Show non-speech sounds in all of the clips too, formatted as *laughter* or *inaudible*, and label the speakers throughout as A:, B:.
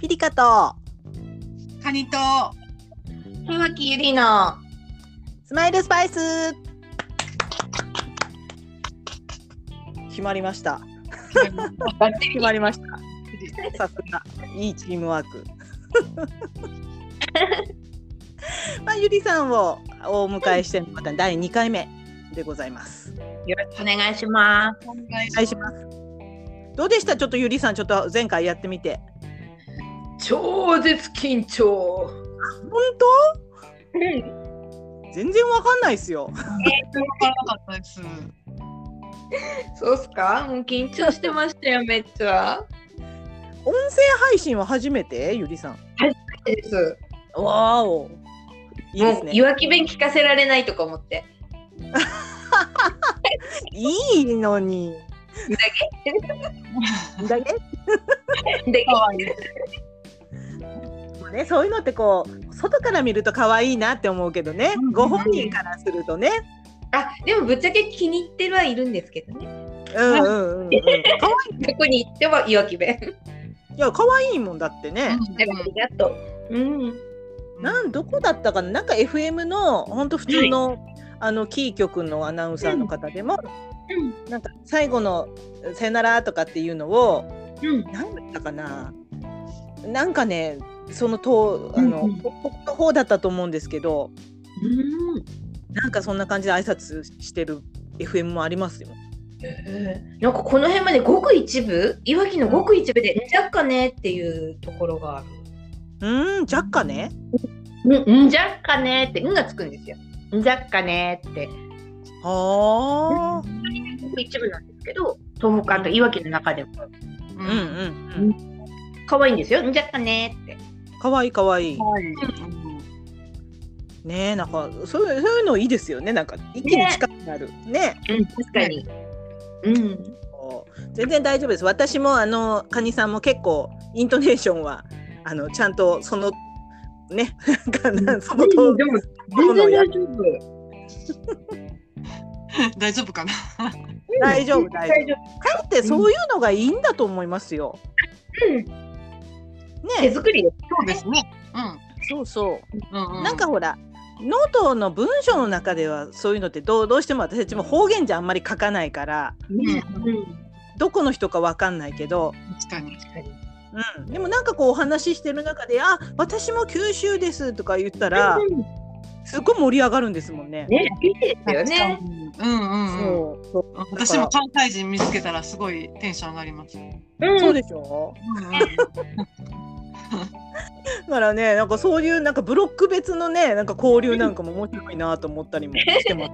A: ひりかと
B: カニと
C: 沢木ゆりの
A: スマイルスパイス決まりました
C: バッテリ
A: 決
C: ー
A: まりましたさすがいいチームワー *laughs* クまあゆりさんをお迎えしてまた第2回目でございます
C: よろしくお願いします。
B: お願い
A: お願いしますどうでしたちょっとゆりさんちょっと前回やってみて
C: 超絶緊張。
A: 本当全然わかんないっすよ
B: からなかったです。
C: そうっすか？もう緊張してましたよめっちゃ。
A: 音声配信は初めてゆりさん
C: です。
A: わーおいいで
C: も
A: す
C: う
A: ね
C: いわき弁聞かせられないとか思って。
A: いいのに。だ *laughs* け
C: で、
B: 可愛いです。
A: ね、そういうのってこう外から見ると可愛いなって思うけどね、
B: うん
A: ご本人からするとね、
C: あでもぶっちゃけ気に入ってはいるんですけどね。
A: うんうんうんうん、可愛い
C: どこに行ってもいわき弁。
A: いや可愛いもんだってね、
C: ありがとう。うん。
A: なんどこだったかななんか FM の本当普通の、あのキー局のアナウンサーの方でも、なんか最後の「さよなら」とかっていうのを
C: うん。
A: 何だったかななんかねそのとあの、
C: うんうん
A: 東北の方だったと思うんですけど、
C: うん。
A: なんかそんな感じで挨拶してる FM もありますよ。
C: えーなんかこの辺までごく一部いわきのごく一部で「じゃっかね」っていうところがある。
A: うーん、若干ね。
C: んんじゃっかねって「ん」がつくんですよ。んじゃっかねって
A: はあ。
C: ごく一部なんですけど東北といわきの中でも
A: う
B: う
A: んんうんうん。
C: 可愛いんですよ「んじゃっかね」って。
A: 可愛い可愛い。
B: 可愛い。
A: ねえ、なんかそういうそういうのいいですよね。なんか一気に近くなる。ね
C: うん、確かに。うん。
A: こう全然大丈夫です。私もあのカニさんも結構イントネーションはあのちゃんとそのね、なんかそのと
C: *laughs* でも
A: 全然大
C: 丈夫。
B: 大丈夫かな。
A: 大丈夫大丈夫。かえってそういうのがいいんだと思いますよ。
C: うん手
A: ねえ、
C: 作りです。
B: そうですね。う
A: そうそう。
B: ん。うん、う
A: なんか。ほらノートの文章の中ではそういうのってどうどうしても私たちも方言じゃあんまり書かないから
B: うん。
C: うん。
A: どこの人かわかんないけど、
B: 確かに。
A: うん、でもなんかこうお話ししてる中で「あ私も九州です」とか言ったらすごい盛り上がるんですもんね。
C: ね、いいですよ
B: 確
C: ね。
B: かに。うんうんうん。
A: そうそう
B: 私も関西人見つけたらすごいテンション上がります。うん
C: うん
A: そうでしょ
B: うん
A: だからねなんかそういうなんかブロック別のねなんか交流なんかも面白いなと思ったりもしてます。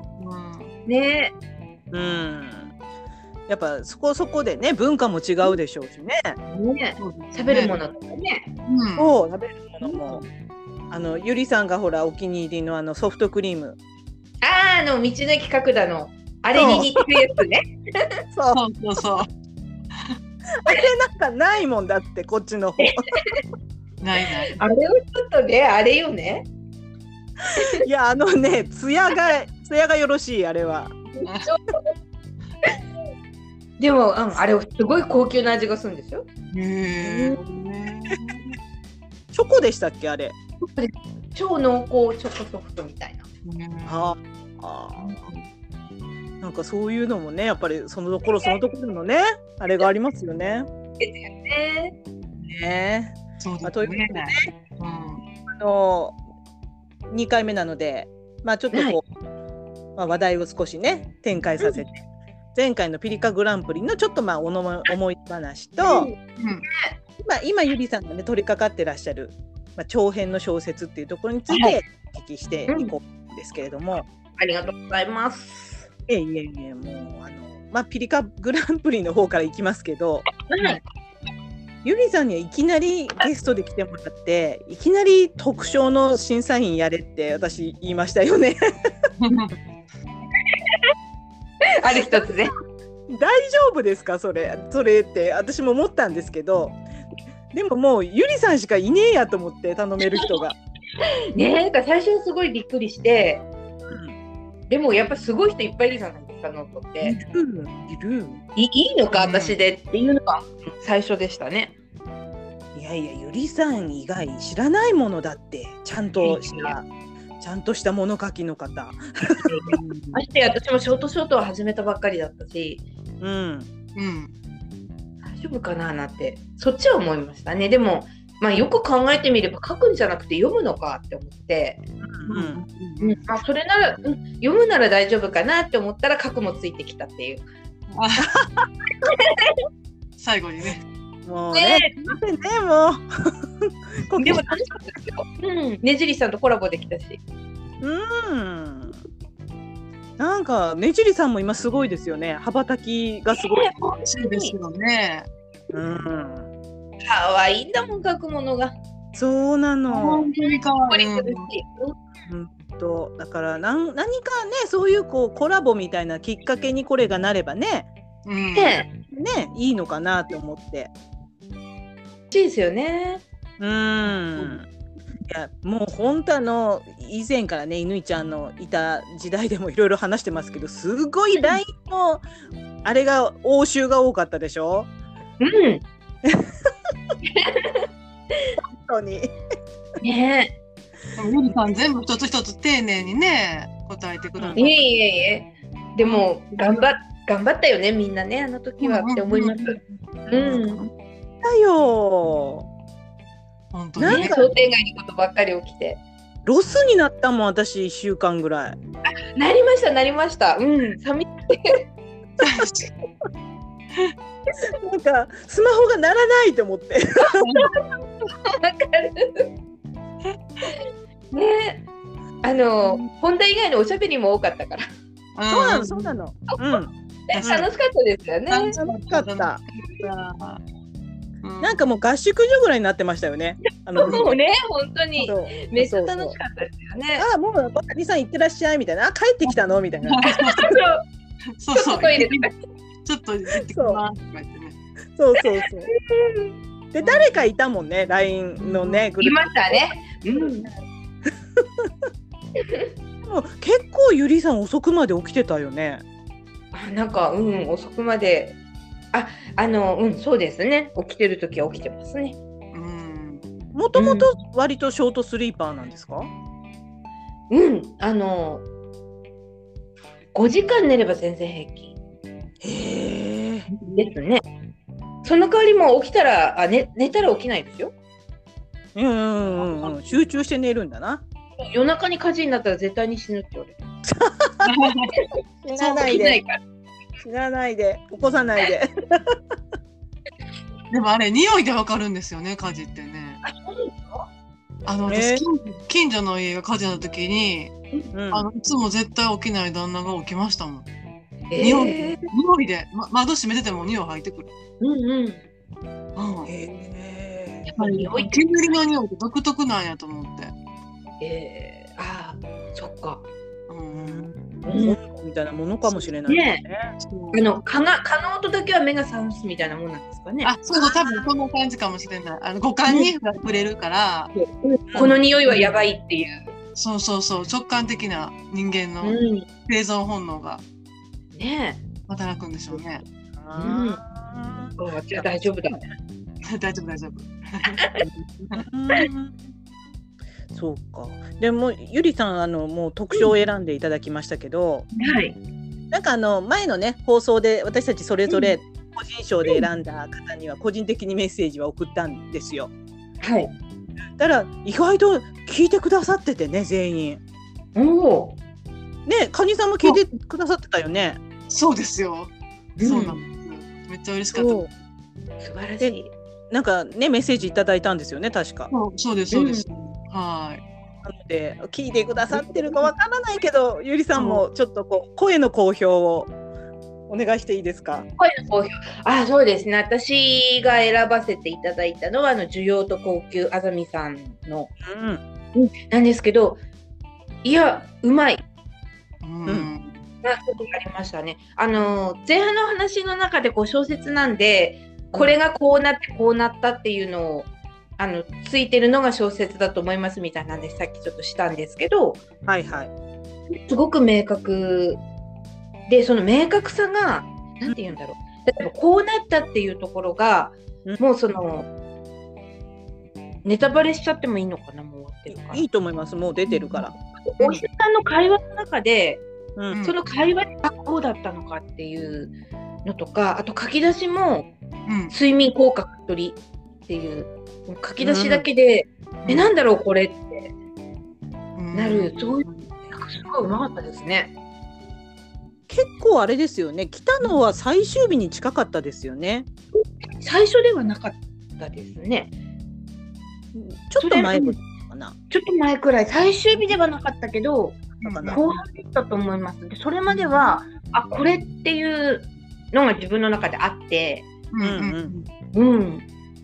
B: うん
C: ね。
A: うんやっぱそこそこでね文化も違うでしょうしね。
C: ね。
B: そうですね
C: 喋るものとかね。
B: うん
A: そう食べるものも、あのゆりさんがほらお気に入りのあのソフトクリーム
C: あーあの道の駅角田のあれに似てるやつね。
A: そう
B: そうそうそう。
A: あれなんかないもんだってこっちの方い
B: ないない。
C: あれをちょっとね、あれよね。
A: やあのねツヤがツヤがよろしいあれは
C: でも、うん、あれすごい高級な味がするんですよ。
B: へえ。
A: チョコでしたっけあれ
C: 超濃厚チョコソフトみたいな。
A: ああなんかそういうのもねやっぱりそのところそのところのねあれがありますよね
C: ね。
A: ねえ
B: そうです
A: ま
B: ね
A: あということでね
B: うん
A: あの2回目なのでまあちょっとこう、まあ、話題を少しね展開させて、前回のピリカグランプリのちょっとまあおのも思い出話と、
B: うん
A: 今今ゆりさんがね取り掛かってらっしゃる、まあ、長編の小説っていうところについ
B: は
A: てお聞きしていこうんですけれども、
C: ありがとうございます。
A: ええいえいえもうあの、まあ、ピリカグランプリの方からいきますけど
C: はい。
A: ゆりさんにはいきなりゲストで来てもらっていきなり特賞の審査員やれって私言いましたよね。
C: ある一つね。
A: 大丈夫ですかそれそれって私も思ったんですけどでももうゆりさんしかいねえやと思って頼める人が。
C: ねなんか最初はすごいびっくりして、でもやっぱすごい人いっぱいいるじゃないですか、ノートって。
A: るいる
C: いいいのか、
B: うん
C: 私でっていうのが最初でしたね。
A: いややいやゆりさん以外知らないものだってちゃんとしたちゃんとした物書きの *laughs* 方
C: ましてや私もショートショートを始めたばっかりだったし
A: うん
B: うん。
C: 大丈夫かななんてそっちは思いましたねでも、まあ、よく考えてみれば書くんじゃなくて読むのかって思って、
A: うんうん
B: うん。
C: まあ、それなら、うん読むなら大丈夫かなって思ったら書くもついてきたっていう。
B: 最後にね。
A: もうねねね *laughs* もうこ
C: で
A: こ
C: も楽しかったですよ。うん、ねじりさんとコラボできたし。
A: うんなんかねじりさんも今すごいですよね羽ばたきがすごい、
B: そうですよね。
A: うん、
C: 可愛いんだもん、書くものが。
A: そうなの
B: 本当に可
C: こ
B: 愛
C: れ
B: い。
C: 苦しい。
A: とだからなん何かねそういうこうコラボみたいなきっかけにこれがなればね
B: うん。
C: ね、
A: ねいいのかなと思って
C: 欲しいですよね。
A: うーんいやもう本当あの以前からね犬ちゃんのいた時代でもいろいろ話してますけどすごい LINE のあれが応酬が多かったでしょ
C: うん。
A: 本当に
C: ね
B: でもゆりさん全部一つ一つ丁寧にね答えてくださっ
C: え。いえいえいえ。でも、頑張っ頑張ったよね、みんなね、あの時はって思います。うん。
A: だよ
B: 本当
A: な
B: に
A: ん
B: ね
A: か。
C: 想定外のことばっかり起きて。
A: ロスになったもん私1週間ぐらい
C: なりました、なりました。うん。寂し
A: なんかスマホが鳴らないと思って
C: いわかる。ねえ。あの、本題以外のおしゃべりも多かったから。
A: そうなの
B: そ
A: そううなのうん
C: 楽しかったですよね。
B: 楽
A: 楽しかった
B: うん
A: なんかもう合宿所ぐらいになってましたよねあの
C: もうね、本当に。
A: そう
C: めっちゃ楽しかったですよね。 *laughs*
A: あもうバカリさん行ってらっしゃいみたいなあ帰ってきたのみたいな
B: そう
C: ちょ
B: そ
C: っ
B: う
C: とトイレとか
B: ちょっと行ってきますとか言ってね
A: そうそうそう。で誰かいたもんね LINE のねグ
C: い
A: ル
C: ましたね。うん。
A: ープでも結構ゆりさん遅くまで起きてたよね。
C: あなんか、うん、遅くまで。あ、あの、うん、そうですね。起きてるときは起きてますね。
B: うん
A: もともと割とショートスリーパーなんですか？
C: うん、あの、5時間寝れば全然平気
A: へえ。
C: ですね。その代わりも起きたら、あ寝寝たら起きないですよ。
A: うんうんうんうん集中して寝るんだな。
C: 夜中に火事になったら絶対に死ぬって言われる。
A: 死
C: そう起きない。から。
A: 死なないで起こさないで。
B: でもあれ匂いでわかるんですよね火事ってねあの
A: えー
B: 私近近所の家が火事の時に
A: うん
B: あのいつも絶対起きない旦那が起きましたもん
C: え
B: 匂い
C: ー、
B: 匂いでま窓閉めてても匂い入ってくる
C: うんうん。
B: う
A: へ
B: ん
A: え
C: やっぱり匂いって
B: 煙の匂いって独特なんやと思って
C: えー、ああ、そっか。
B: うん
C: うん
A: みたいなものかもしれないですね。
B: そう
C: あの蚊が蚊の音だけは目が覚ますみたいなもんなんですかね。
B: あそうそう多分こんな感じかもしれないあの五感に触れるから
C: この匂いはやばいっていう。
B: そうそうそう直感的な人間の
C: ん、
B: 生存本能が
C: ね
B: 働くんでしょうね。 *laughs*
A: あ
C: え、こっちは大丈夫だ。
B: 大丈夫大丈夫。
A: ーうんそうか。でもゆりさんあのもう特徴を選んでいただきましたけど。
C: はい。
A: なんかあの前のね放送で私たちそれぞれ個人賞で選んだ方には個人的にメッセージは送ったんですよ。
C: はい。
A: たら意外と聞いてくださっててね全員。
C: おお。
A: ねカニさんも聞いてくださってたよね。
B: そうですよ。
C: うん
B: そうなんですよ。めっちゃ嬉しかった。そう
C: 素晴らしい。
A: なんかねメッセージいただいたんですよね確か。な
B: そうですそうです。は
A: ので聞いてくださってるかわからないけどゆりさんもちょっとこう声の好評をお願いしていいですか。
C: 声の好評。あ、そうですね。私が選ばせていただいたのはあの需要と高級あざみさんの
A: うん。
C: なんですけど、いやうまい。
B: い。うん。
A: う
C: なことがありましたね。あの前半の話の中でこう小説なんでこれがこうなってこうなったっていうのをあのついてるのが小説だと思いますみたいなんでさっきちょっとしたんですけど
A: はいはい。
C: すごく明確でその明確さが何て言うんだろう例えばこうなったっていうところが
A: うん
C: もうそのネタバレしちゃってもいいのかなもう終わってるから。
A: いいと思いますもう出てるから。
C: おじさんの会話の中で、
A: うん
B: うん
C: その会話がこうだったのかっていうのとかあと書き出しも
B: うん
C: 睡眠効果取りっていう書き出しだけで、えなんだろうこれって
B: うん
C: なる、そういう役所がうまかったですね。
A: 結構あれですよね来たのは最終日に近かったですよね
C: 最初ではなかったですね。
A: ちょっと前ぐらいかな
C: ちょっと前くらい最終日ではなかったけど
B: うん
A: だから
C: 後半だったと思います。でそれまではあこれっていうのが自分の中であって、
B: うんうん
A: う
C: う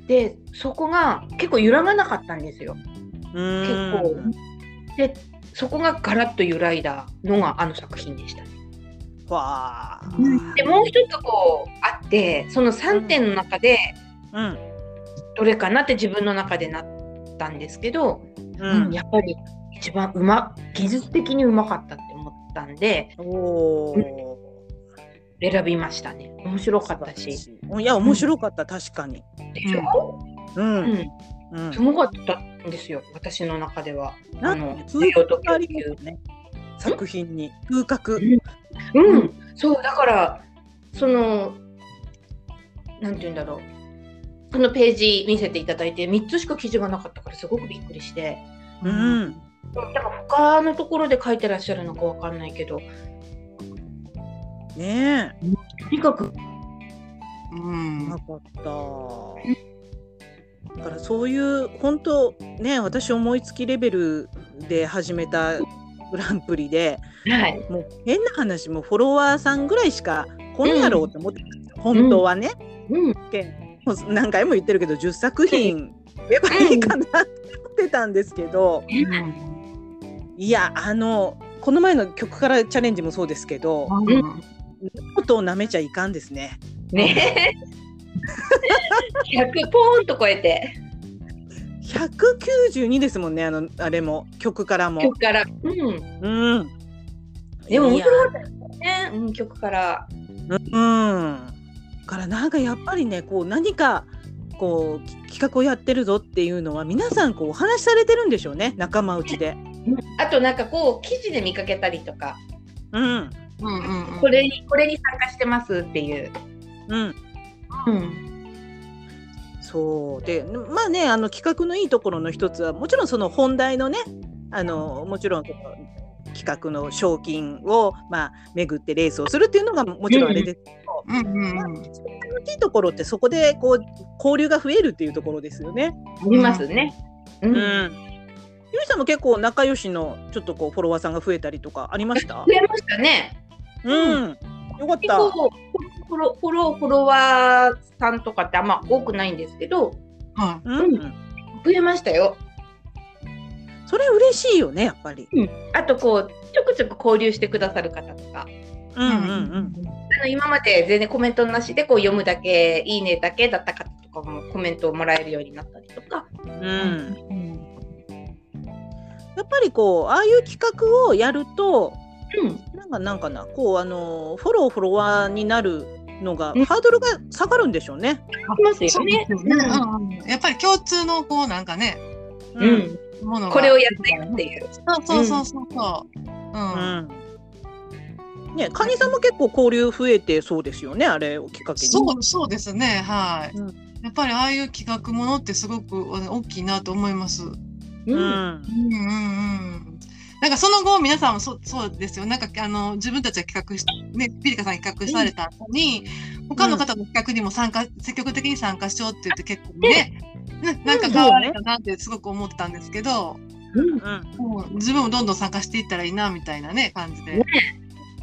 C: ん、でそこが結構揺らがなかったんですよ。
A: うーん
C: 結でそこがガラッと揺らいだのがあの作品でした、ね、
A: わあ
B: うん
C: でもう一つこうあってその3点の中で
A: うん
C: どれかなって自分の中でなったんですけど、
A: うん
C: やっぱり一番うま技術的にうまかったって思ったんで
A: おお
C: 選びましたね面白かったし
A: いや面白かった確かに
C: でしょ、
A: う
C: うんん、
A: うん
C: すごかったんですよ私の中では
A: な
C: あ
A: ん
C: の
A: か
C: 太
A: 風
C: 陽と
A: 格があ
C: 供
A: り
C: 給
A: ますね作品に風格
C: う、
A: うん
C: そうだからそのなんて言うんだろうこのページ見せていただいて3つしか記事がなかったからすごくびっくりして
A: うん
C: だから他のところで書いてらっしゃるのかわかんないけど
A: ねえ
C: とにかく
B: うん
A: なかっただからそういう本当ね私思いつきレベルで始めたグランプリで
C: はい
A: もう変な話もうフォロワーさんぐらいしかこんやろうと思ってたんですよ、本当はね、
C: うん
A: もう何回も言ってるけど10作品やばいいかなって思ってたんですけど
B: うん
A: いやあのこの前の曲からチャレンジもそうですけど
B: うん
A: 音を舐めちゃいかんですね
C: ね100ポーンと超えて
A: 192ですもんねあのあれも曲からも
C: 曲からうん
A: うん
C: でも
A: い
C: 面
A: や
C: 白かったですね、うん、曲から
A: うんだからなんかやっぱりねこう何かこうき企画をやってるぞっていうのは皆さんこうお話しされてるんでしょうね仲間内で。
C: あとなんかこう記事で見かけたりとか
A: うん
B: うんうん
C: これにこれに参加してますっていう、
A: うん、
C: うん、
A: そうでまあねあの企画のいいところの一つはもちろんその本題のねあのもちろんその企画の賞金を、まあ、巡ってレースをするっていうのがもちろんあれですけど、
B: うんうん
A: まあ
B: うん
A: そこのいいところってそこでこう交流が増えるっていうところですよね。
C: ありますね。う
A: うんんゆいさんも結構仲良しのちょっとこうフォロワーさんが増えたりとかありました
C: 増えましたね。
A: うん、よかっ
C: 結
A: た。
C: 構フォロフォローフォロワーさんとかってあんま多くないんですけど、
B: は
A: う、
C: うん増えましたよ。
A: それ嬉しいよね、やっぱり。
C: あとこうちょくちょく交流してくださる方とか、
A: うんうん
C: あの今まで全然コメントなしでこう読むだけいいねだけだった方とかもコメントをもらえるようになったりとか、
A: うん。
B: い
A: うん、
B: うん
A: やっぱりこう、ああいう企画をやると、
C: うん、
A: なんかなんかな、こう、あの、フォロー、フォロワーになるのが、
C: うん
A: ハードルが下がるんでしょうね。
C: きますよ
B: そうで
C: ね
B: す。よねうんうんやっぱり共通のこうなんかね
A: う
C: う
A: ん
C: ん、
B: ものが
C: これをやっているっていう。
B: そうそうそうそううん
A: うん。ね、カニさんも結構交流増えてそうですよね、あれをきっかけに。
B: そうそうですねはい、
A: う
B: やっぱりああいう企画ものってすごくあ大きいなと思います。うん
A: う
C: う
A: ん。
C: ん、
B: うんうん。なんかその後皆さんもそうそうですよ。なんかあの自分たちが企画しねピリカさんが企画された後に、他の方の企画にも参加積極的に参加しようって言って結構ね。ななんか変われたなってすごく思ったんですけど、
C: うん、
A: うん
B: もう自分もどんどん参加していったらいいなみたいなね感じで。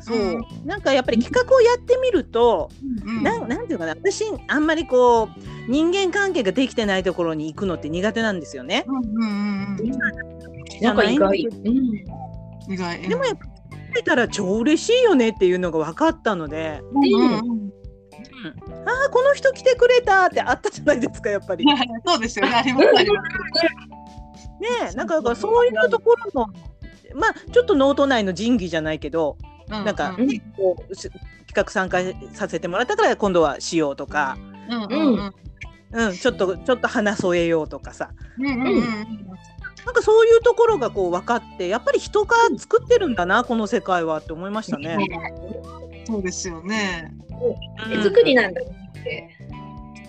A: そう、なんかやっぱり企画をやってみると、
B: うん
A: なんなんていうかな私あんまりこう人間関係ができてないところに行くのって苦手なんですよね。
B: うんうんうん
C: なんか意外。
A: じゃないんだ
C: うん、
B: 意外。
A: けどでもやっぱ来てたら超嬉しいよねっていうのが分かったので、
B: うんうん
A: ああこの人来てくれたってあったじゃないですかやっぱり。ね
B: そうですよね。ありますあります。
A: えなんかだからそういうところもまあちょっと脳都内の仁義じゃないけど
B: な
A: なんか、ねこうし企画参加させてもらったから今度はしようとか
B: うんうんうん
A: うん、ちょっとちょっと花添えようとかさ
B: うんうんうん
A: なんかそういうところがこう分かってやっぱり人が作ってるんだなこの世界はって思いましたね。
B: うん、そうですよね。
C: 手作り
A: な
C: なんだって。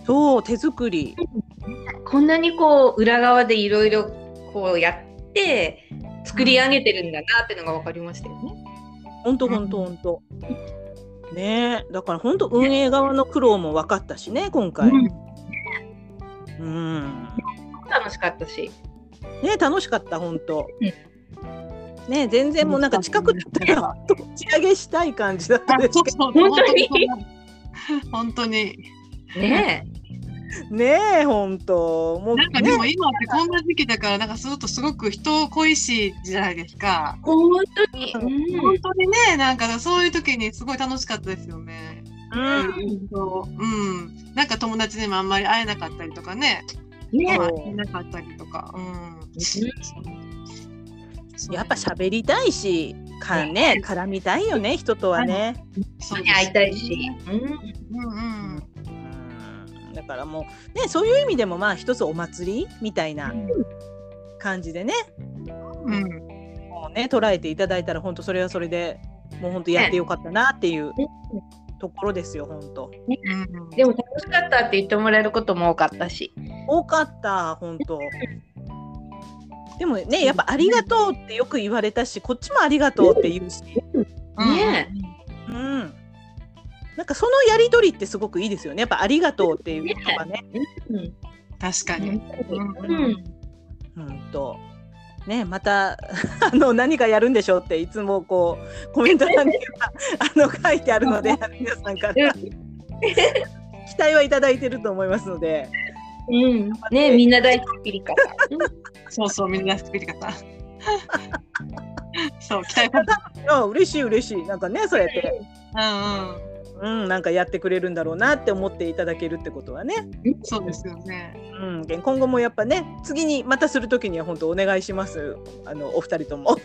A: そう手作り
C: こんなにこう裏側でいろいろこうやって作り上げてるんだなってのが分かりましたよね。
A: ほんとほんとほんと。ねえだからほんと運営側の苦労も分かったしね今回。
B: うん
A: うん
C: 楽しかったし。
A: ね楽しかった本当
C: うん。
A: ね全然もうなんか近くだったら打ち上げしたい感じだった
B: あ
A: んです
B: そう
A: け
B: そう
C: 本当に
B: 本当に。
C: ね
A: どねえ本当もう
B: なんかで
A: ね
B: も今ってこんな時期だからなんかすごくすごく人恋しいじゃないですか
C: え。。本当に。
B: 本当にねなんかそういう時にすごい楽しかったですよね。
A: うん
B: そううん。なんか友達にもあんまり会えなかったりとかね。
C: うんね
B: まあ会えなかったりとか。うん。
A: やっぱ喋りたいしかね絡みたいよね人とはね。
B: そうです
C: 会いたいし。
B: うんうん。
A: うんだからもうねそういう意味でもまあ一つお祭りみたいな感じでね
B: うん、
A: もうね捉えていただいたら本当それはそれでもう本当やってよかったなっていうところですよ本当
B: うん、
C: でも楽しかったって言ってもらえることも多かったし。
A: 多かった本当でもねやっぱ「ありがとう」ってよく言われたしこっちも「ありがとう」って言うし、
C: ね
A: うん、なんかそのやり取りってすごくいいですよねやっぱ「ありがとう」っていうのがね
C: え。うん
B: うん、確かに。うん
C: うん
A: うんとねまた *laughs* あの何かやるんでしょうっていつもこうコメント欄には *laughs* あの書いてあるので皆さんから期待はいただいてると思いますので
C: うん。ねえみんな大好きピリカ *laughs* さん。
B: そうそう、みんな作り方。そう、期待感。
A: あ嬉しい嬉しいなんかねそうやって
B: うんうん。
A: うん、なんかやってくれるんだろうなって思っていただけるってことはね、
B: そうですよね。
A: うん、で今後もやっぱね次にまたする時には本当お願いしますあのお二人とも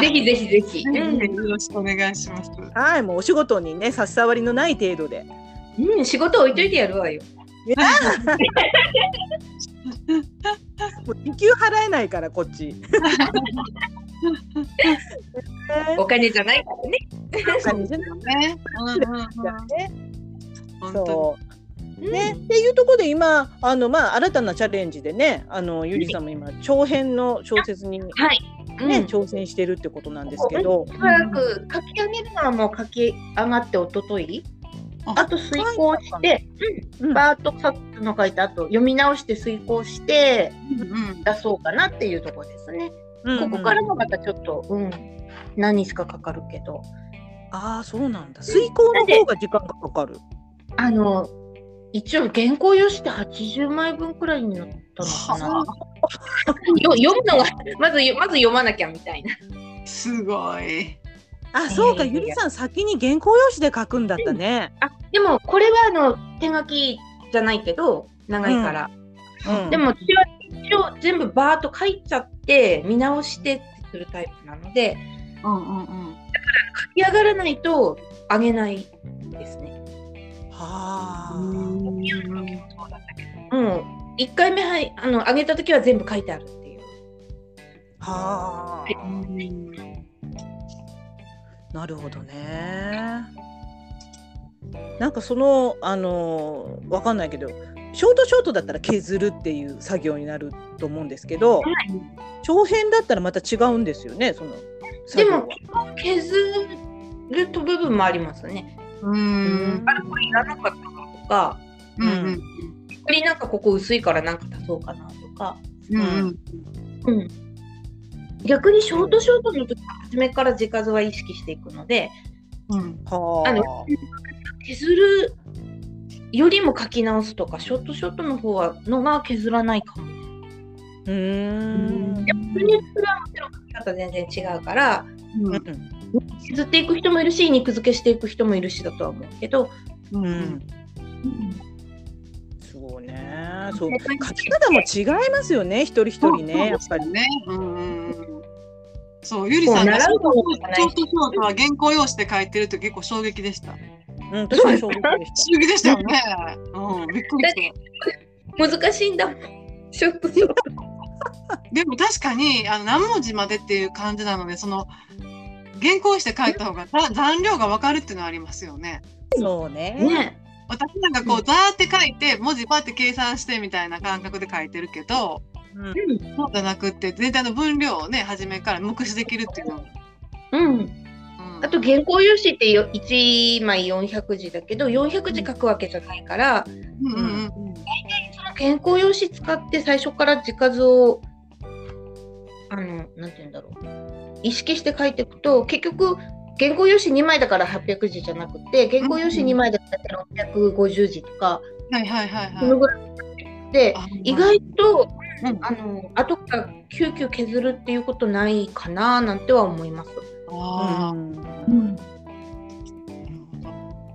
C: ぜひぜひぜひ。
B: う
C: う
B: ん、
C: ん
B: よろしくお願いします。
A: はいもうお仕事にね差し障りのない程度で
C: うん、仕事置いといてやるわよ。
A: もう時給払えないからこっち *laughs* ね
C: お金じゃないからね。
A: 感じなん
B: ね。うんうんうん。
A: だよね
B: 本当
A: そうね、っていうところで今あの、まあ、新たなチャレンジでねあのゆりさんも今長編の小説に、ね
C: はい。うん
A: 挑戦してるってことなんですけど、
C: しばらく書き上げるのはもう書き上がって一昨日
B: あ
C: あと遂行して、
A: う
C: うんん、バーッと書くの書いてあと読み直して遂行して
B: に。うん。
C: 出そうかなっていうところですね、
A: うんうん
C: ここからもまたちょっとうん何日かかかるけど
A: ああそうなんだ水行の方が時間がかかる
C: あの一応原稿用紙って80枚分くらいになったのかな
B: は
C: よ読むのがまずまず読まなきゃみたいな
B: あすごい。
A: あ、そうか、
C: えー
A: ゆりさん先に原稿用紙で書くんだったね。
C: あでもこれはあの手書きじゃないけど長いから、
A: うん
C: でも私は一応全部バーっと書いちゃって見直してってするタイプなので
B: うんうんうん。
C: 書き上がらないと上げないですね。
A: はあ、
C: そうなんだけど。うん。1回目はいあの上げた時は全部書いてあるっていう。
A: はあ、
B: うん
A: なるほどね。なんかそのあのーわかんないけど、ショートショートだったら削るっていう作業になると思うんですけど、長編だったらまた違うんですよね、その
C: で
A: 作業は。
C: も基本削ると部分もありますね。
B: うん
C: あれこれいらなかったなとか、
B: うん
C: これなんかここ薄いからなんか足そうかなとか。
B: うん
C: うん。逆にショートショートの時は初めから字数は意識していくので、
B: うん。
A: は
C: あの
A: あ、
C: 削るよりも書き直すとかショートショートの方はのが削らないかも。
A: うーん。
C: それによってはもちろん書き方全然違うから
B: うん
C: 削っていく人もいるし肉付けしていく人もいるしだとは思うけど、
B: う
A: うんん。そうね。そう。書き方も違いますよね、一人一人ね、やっぱり。
B: ね。うんうんうん。そう、ゆりさんが
C: もう習うこと
B: シ
C: がない
B: ョートショートは原稿用紙で書いてると結構衝撃でした。
A: うん、私も衝撃でし
B: 衝撃でしたよね。うん、びっくりした。
C: 難しいんだもん。ちょっと
B: でも確かにあの何文字までっていう感じなのでその原稿して書いた方がざ残量が分かるっていうのはありますよね。
A: そうね。
C: ね。
B: 私なんかこうざーって書いて文字パって計算してみたいな感覚で書いてるけど
A: うん
C: うん
B: そうじゃなくって全体の分量をね初めから目視できるっていうのは、
C: うん、
B: うん
C: あと原稿用紙ってよ1枚400字だけど400字書くわけじゃないから
B: うんうんうん
C: その原稿用紙使って最初から字数をあのなんて言うんだろう意識して書いていくと結局原稿用紙2枚だから800字じゃなくて原稿用紙2枚だったら650字とか、
B: はいはいはい
C: その
B: は
C: ぐらいで
B: い。
C: 意外と、
B: うん
C: あの後から急遽削るっていうことないかななんては思います。
B: あ
A: うん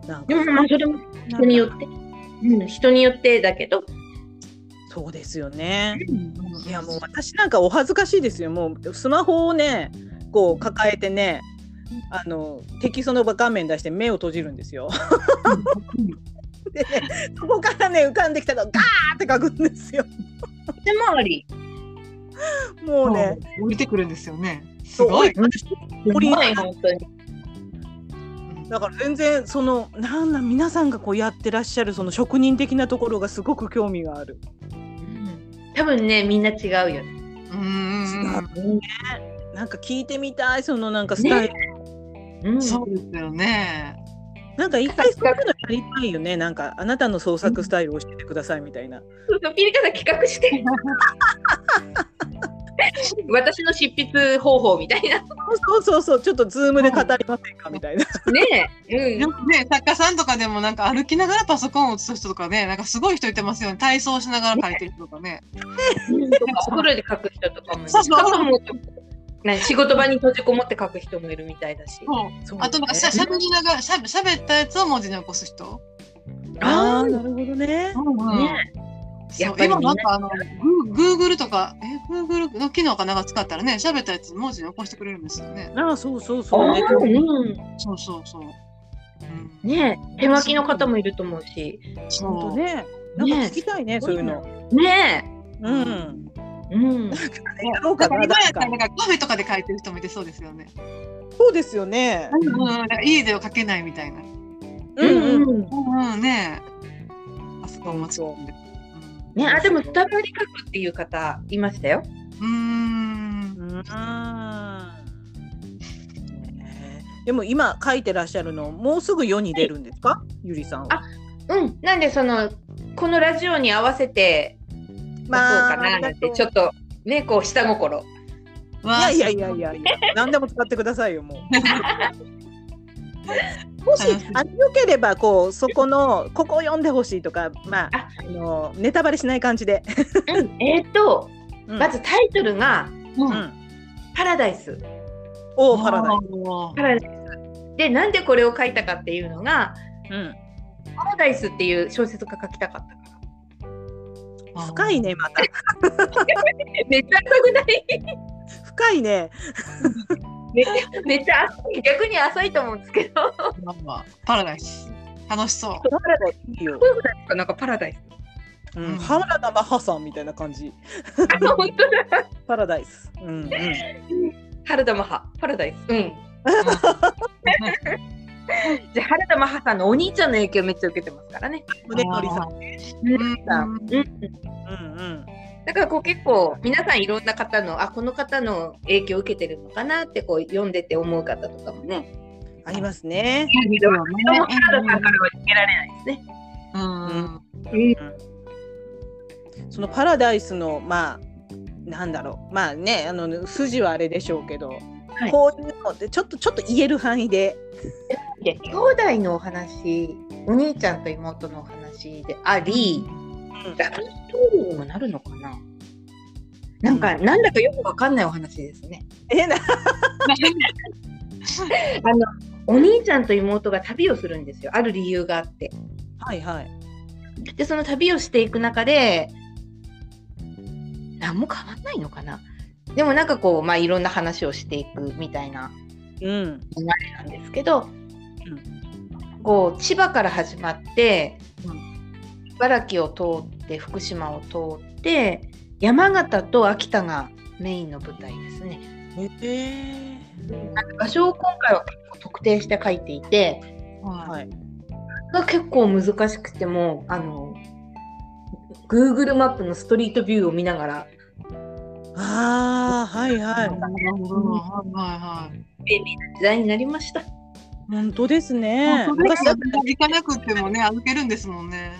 B: ー
A: な
B: なるほど
A: ん
C: で
A: か
C: もまあそれも人によって、うん、人によってだけど、
A: そうですよね。
B: うん
A: いやもう私なんかお恥ずかしいですよ。もうスマホをね、こう抱えてね、あのテキストの画面出して目を閉じるんですよ。 *laughs* でね、そこからね浮かんできたのガーって書くんですよ。
C: 一回り。
A: もうね、
B: 降りてくるんですよね。すごい。
A: これ
C: うまい本当に。
A: だから全然そのなんなん皆さんがこうやってらっしゃるその職人的なところがすごく興味がある。
C: 多分ねみんな違うよね。
B: うんうん
A: なんか聞いてみたいそのなんかスタイル。
C: う
B: うんん。そうですよね。
A: なんか一回そういうのやりたいよね。なんかあなたの創作スタイルを教えてくださいみたいな。
C: ピリカさん企画して
B: *laughs*
C: 私の執筆方法みたいな
A: そうそうそうちょっとズームで語りませんかみた
C: *laughs*
A: いな。
C: ねえ、う
B: よ
C: ん、
B: くね、作家さんとかでもなんか歩きながらパソコンを打つ人とかね、なんかすごい人いてますよね。体操しながら書いてる人とかね。
C: お風呂で書く人とかもいる
B: そうそう
C: しかもね仕事場に閉じこもって書く人もいるみたいだし
B: そう
A: そう
B: あとなんかしゃしゃべりながらしゃべしゃべったやつを文字に起こす人。
A: ああなるほどね。
B: うん
C: ね
B: そ
C: や
B: う
C: っぱり
B: 今
C: みん
B: な
C: な
B: んかあのグーグルとかえグーグルの機能かなんか使ったらね、喋ったやつ文字に起こしてくれるんですよね。
A: ああそうそうそう
C: あ
A: ね。
C: ーうん
B: そうそうそう。うん、
C: ねえ手巻きの方もいると思うし
A: 本当
B: そう。
A: ね。なんか聞きたいねそういうの。
C: ね
A: うん。
C: え、うん、
A: やろう
B: だ
A: か
B: から
A: な。
B: 今
A: な
B: やっ
A: ん
B: た
A: から
B: なんかカフェとかで書いてる人もいてそうですよね。
A: そうですよね。
B: うん、なんか家では書けないみたいな。
A: うんうん。
C: うん
B: うんねえ。あそこもちろんで。
C: ねあでも伝わり書くっていう方いましたよ
B: うん。うーん。
A: うん。ねえでも今書いてらっしゃるのもうすぐ世に出るんですか、ゆりさんは。
C: あうんなんでそのこのラジオに合わせてまそうかななんてちょっとねこう下心
A: い
B: わあ
A: やいやいやいやいや、何でも使ってくださいよ、もう。もし、あの、よければ、こう、そこの、ここを読んでほしいとか、まあ、あ
C: あ
A: の、ネタバレしない感じで。
C: うんえっ、と
A: うん
C: まずタイトルが
B: う。
A: うんん。
C: 「パラダイス
A: おお、パラダイ
C: パラダイス」でなんでこれを書いたかっていうのが
A: ス。うん。
C: 「パラダイス」っていう小説が書きたかったから
A: 深いね、また。
C: めっちゃ浅くない
A: 深いね。
C: めっちゃ浅い逆に浅いと思うんですけど
B: パラダイス。楽しそう。
A: パラダイスいいよ。
C: なんかパラダイス
A: うん。原田マハさんみたいな感じ。
C: あ本当だ
A: パラダイス。うん、うん。
C: 原田マハパラダイスうんじゃあ原田マハさんのお兄ちゃんの影響めっちゃ受けてますからね
A: 胸のりさん。
B: うん
C: うん
A: うん、うん。
C: だからこう結構皆さんいろんな方のあこの方の影響を受けてるのかなってこう読んでて思う方とかもね。
A: ありますね。
C: でも原田さんからは逃げられないですね。
B: うん。
A: そのパラダイスのまあなんだろうまあねあの筋はあれでしょうけど、
C: はい
A: こういうのってちょっとちょっと言える範囲で、
C: で兄弟のお話お兄ちゃんと妹のお話でありラブストーリーにもなるのかななんか、なんだかよくわかんないお話ですね。
A: えな
C: あのお兄ちゃんと妹が旅をするんですよある理由があって。
A: はいはい
C: でその旅をしていく中で何も変わんないのかなでもなんかこう、まあ、いろんな話をしていくみたいな
A: うん
C: なんですけど、こう千葉から始まって、茨城を通っって福島を通って山形と秋田がメインの舞台ですね。
A: え
C: 場所を今回は結構特定して書いていて
B: は。
A: はいい。
C: が結構難しくてもあの Google マップのストリートビューを見ながら
A: ああ、はいはい。
B: なるほど。はいはいはい。
C: 時代になりました。
A: 本当ですね。
B: もうそれ
A: 昔だっ
B: 行かなくてもね、歩けるんですもんね。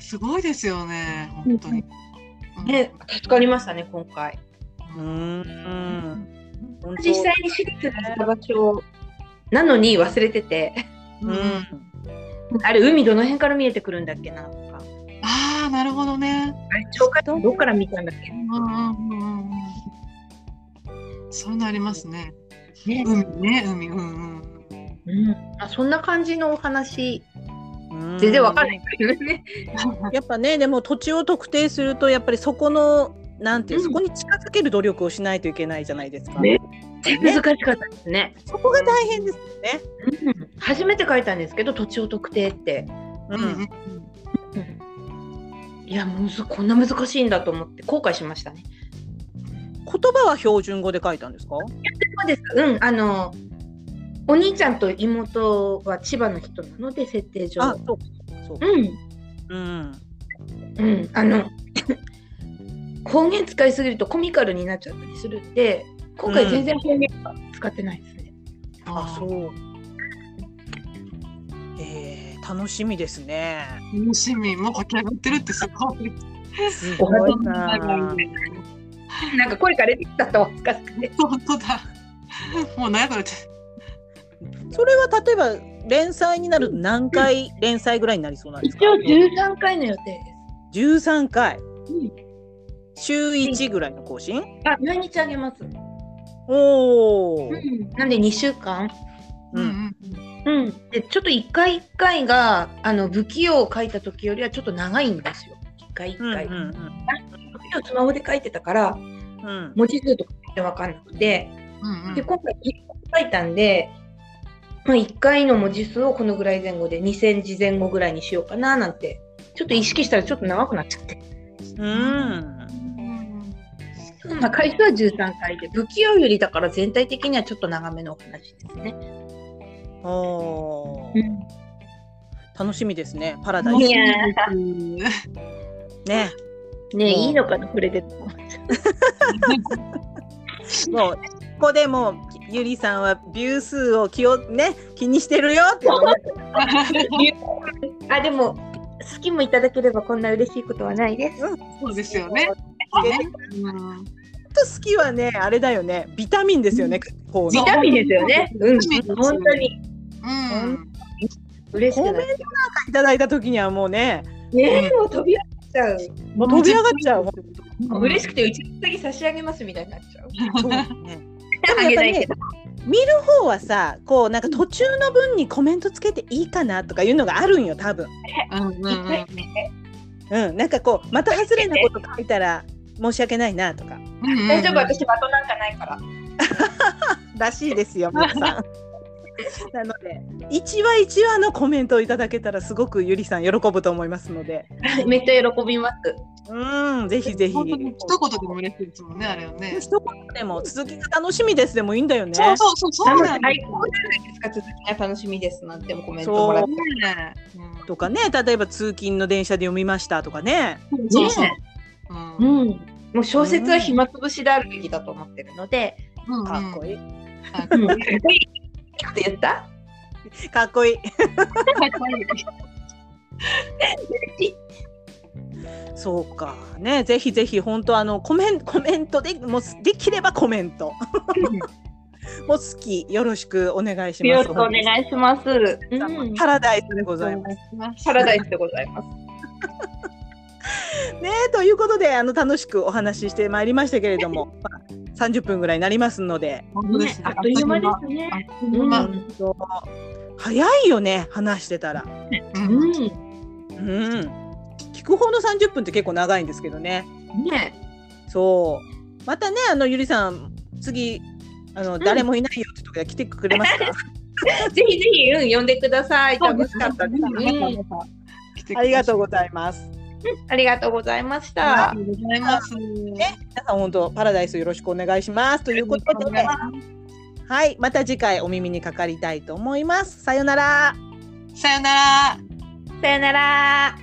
B: すごいですよね、本当に。
C: ね、助かりましたね今回。
A: うーん。本当
C: 実際に私立のした場所なのに忘れてて
B: う。
A: うんん。
C: あれ海どの辺から見えてくるんだっけなとか
B: ああ、なるほどね。
C: あれ鳥海山どこから見たんだっけ
B: うんうんうんうん。そういうのありますね。
C: ね、
B: 海ね、海、うんうん。
C: うん、あそんな感じのお話
A: うん
C: 全然わかんないけどね。
A: やっぱねでも土地を特定するとやっぱりそこのなんていう、
C: うん
A: そこに近づける努力をしないといけないじゃないですか。
C: ね
A: ね
C: 難しかったですね。
A: そこが大変ですよね。
C: うん初めて書いたんですけど土地を特定って、
A: う
B: うんうん
A: ん。
C: いやむずこんな難しいんだと思って後悔しましたね。
A: 言葉は標準語で書いたんですか？
C: そうですうんあのお兄ちゃんと妹は千葉の人なので設定上
A: あ、そうかそうか。
C: うん
A: うん。
C: うんあの *laughs* 方言使いすぎるとコミカルになっちゃったりするんで今回全然方言は使ってないですね。
A: あ、
B: あ
A: そう。えー、楽しみですね。
B: ー楽しみ、もう駆け上がってるってすごい。
A: すごいな。
C: なんか声が出てきたと恥ずかしくて。
B: 本当だ。もう長くなっちゃ
A: それは例えば連載になると何回連載ぐらいになりそうなんですか
C: 一応13回の予定です。
A: ？13回
C: ん。
A: 週1ぐらいの更新？
C: あ毎日あげます。
A: おお。
C: なんで2週間、
B: う。う
A: うん。
B: うんん。
C: うん、でちょっと1回1回があの不器用を書いた時よりはちょっと長いんですよ。1回
A: う
C: 1
A: ん
C: 回。
A: うん
C: 不器用スマホで書いてたから
A: うん。
C: 文字数とかって分かんなくて
B: うん
C: で今回1回書いたんで、まあ、1回の文字数をこのぐらい前後で2センチ前後ぐらいにしようかななんてちょっと意識したらちょっと長くなっちゃって。
A: うん。
B: うん
C: まあ、回数は13回で不器用よりだから全体的にはちょっと長めのお話ですね。
A: おー楽しみですね。パラダイ
C: い
A: ス
C: や
B: うん
A: ね。
C: ねえ
A: うん
C: いいのかなこれで。
A: もうここでもうゆりさんはビュー数を気をね気にしてるよっていうのね
C: あでも好きもいただければこんな嬉しいことはないです。
B: そうですよね。
A: で
B: ねうん
A: ちょっと好きはねあれだよねビタミンですよね。こう
B: ビ
A: の
B: タミンですよ
C: ね。うん本当に
B: うん。
C: 嬉しくなる。
A: いただいた時にはもうね
C: ねえもう飛び上がっちゃう。
A: もう飛び上がっちゃう。
B: うん
C: 嬉しくてうちの先差し上げますみたいになっちゃう。
A: そうね
C: あげないけど。
A: 見る方はさこうなんか途中の分にコメントつけていいかなとかいうのがあるんよ多分。
B: うんうんうん
C: はい
A: うんなんかこうまた外れなこと書いたら申し訳ないなとか
B: うん
C: 大丈夫私 *laughs* バトなんかないから。
A: らしいですよ皆さん。 *laughs* なので一話一話のコメントをいただけたらすごくゆりさん喜ぶと思いますので。
C: めっちゃ喜びます。
A: うん、ぜひぜひ。
B: 本当に一言でも嬉しいですもんね、あれはね。
A: 一言でも続きが楽しみですでもいいんだよね。
B: そうそうそう、そうなんだ
C: 最
B: よ
C: 高じゃないですか続きが楽しみですなんてもコメントもらっ
A: そ
C: て。
B: ね。うん
A: とかね、例えば通勤の電車で読みましたとかね。
B: そうそう
C: ね。
B: うん
C: うん。もう小説は暇つぶしであるべきだと思ってるので。
B: うん
A: かっこいい。
B: う
C: うんん。
B: かっ
C: 言った？
A: かっこいい。
B: こいい
A: そうか。ね、ぜひぜひ本当あのコメンコメントでもうできればコメント。もう好きよろしくお願いします。
C: よろしくお願いします。うん
A: パラダイスでございます。
C: パラダイスでございます。
A: ねということであの楽しくお話ししてまいりましたけれども、まあ、30分ぐらいになりますので
B: 本当ですね
C: あっという間ですね。
B: あっといううん間。
A: 早いよね話してたら。
B: うん
C: う
A: うん。聞く方の30分って結構長いんですけどね。
C: んね
A: そう。またね、あのゆりさん、次、あの、
C: ん
A: 誰もいないよって時は来てく *laughs* れますか。
C: ぜひぜひ、うん、呼んでください。楽しかったです。
B: うん
C: うん
B: 来てく
A: あ
B: ださい
A: りがとうございます。
C: ありがとうございまし
B: あ
C: た
B: り。がとうございます。
A: 皆さん本当パラダイスよろしくお願いしますということで、はい、また次回お耳にかかりたいと思います。さよなら。
B: さよなら。
C: さよなら。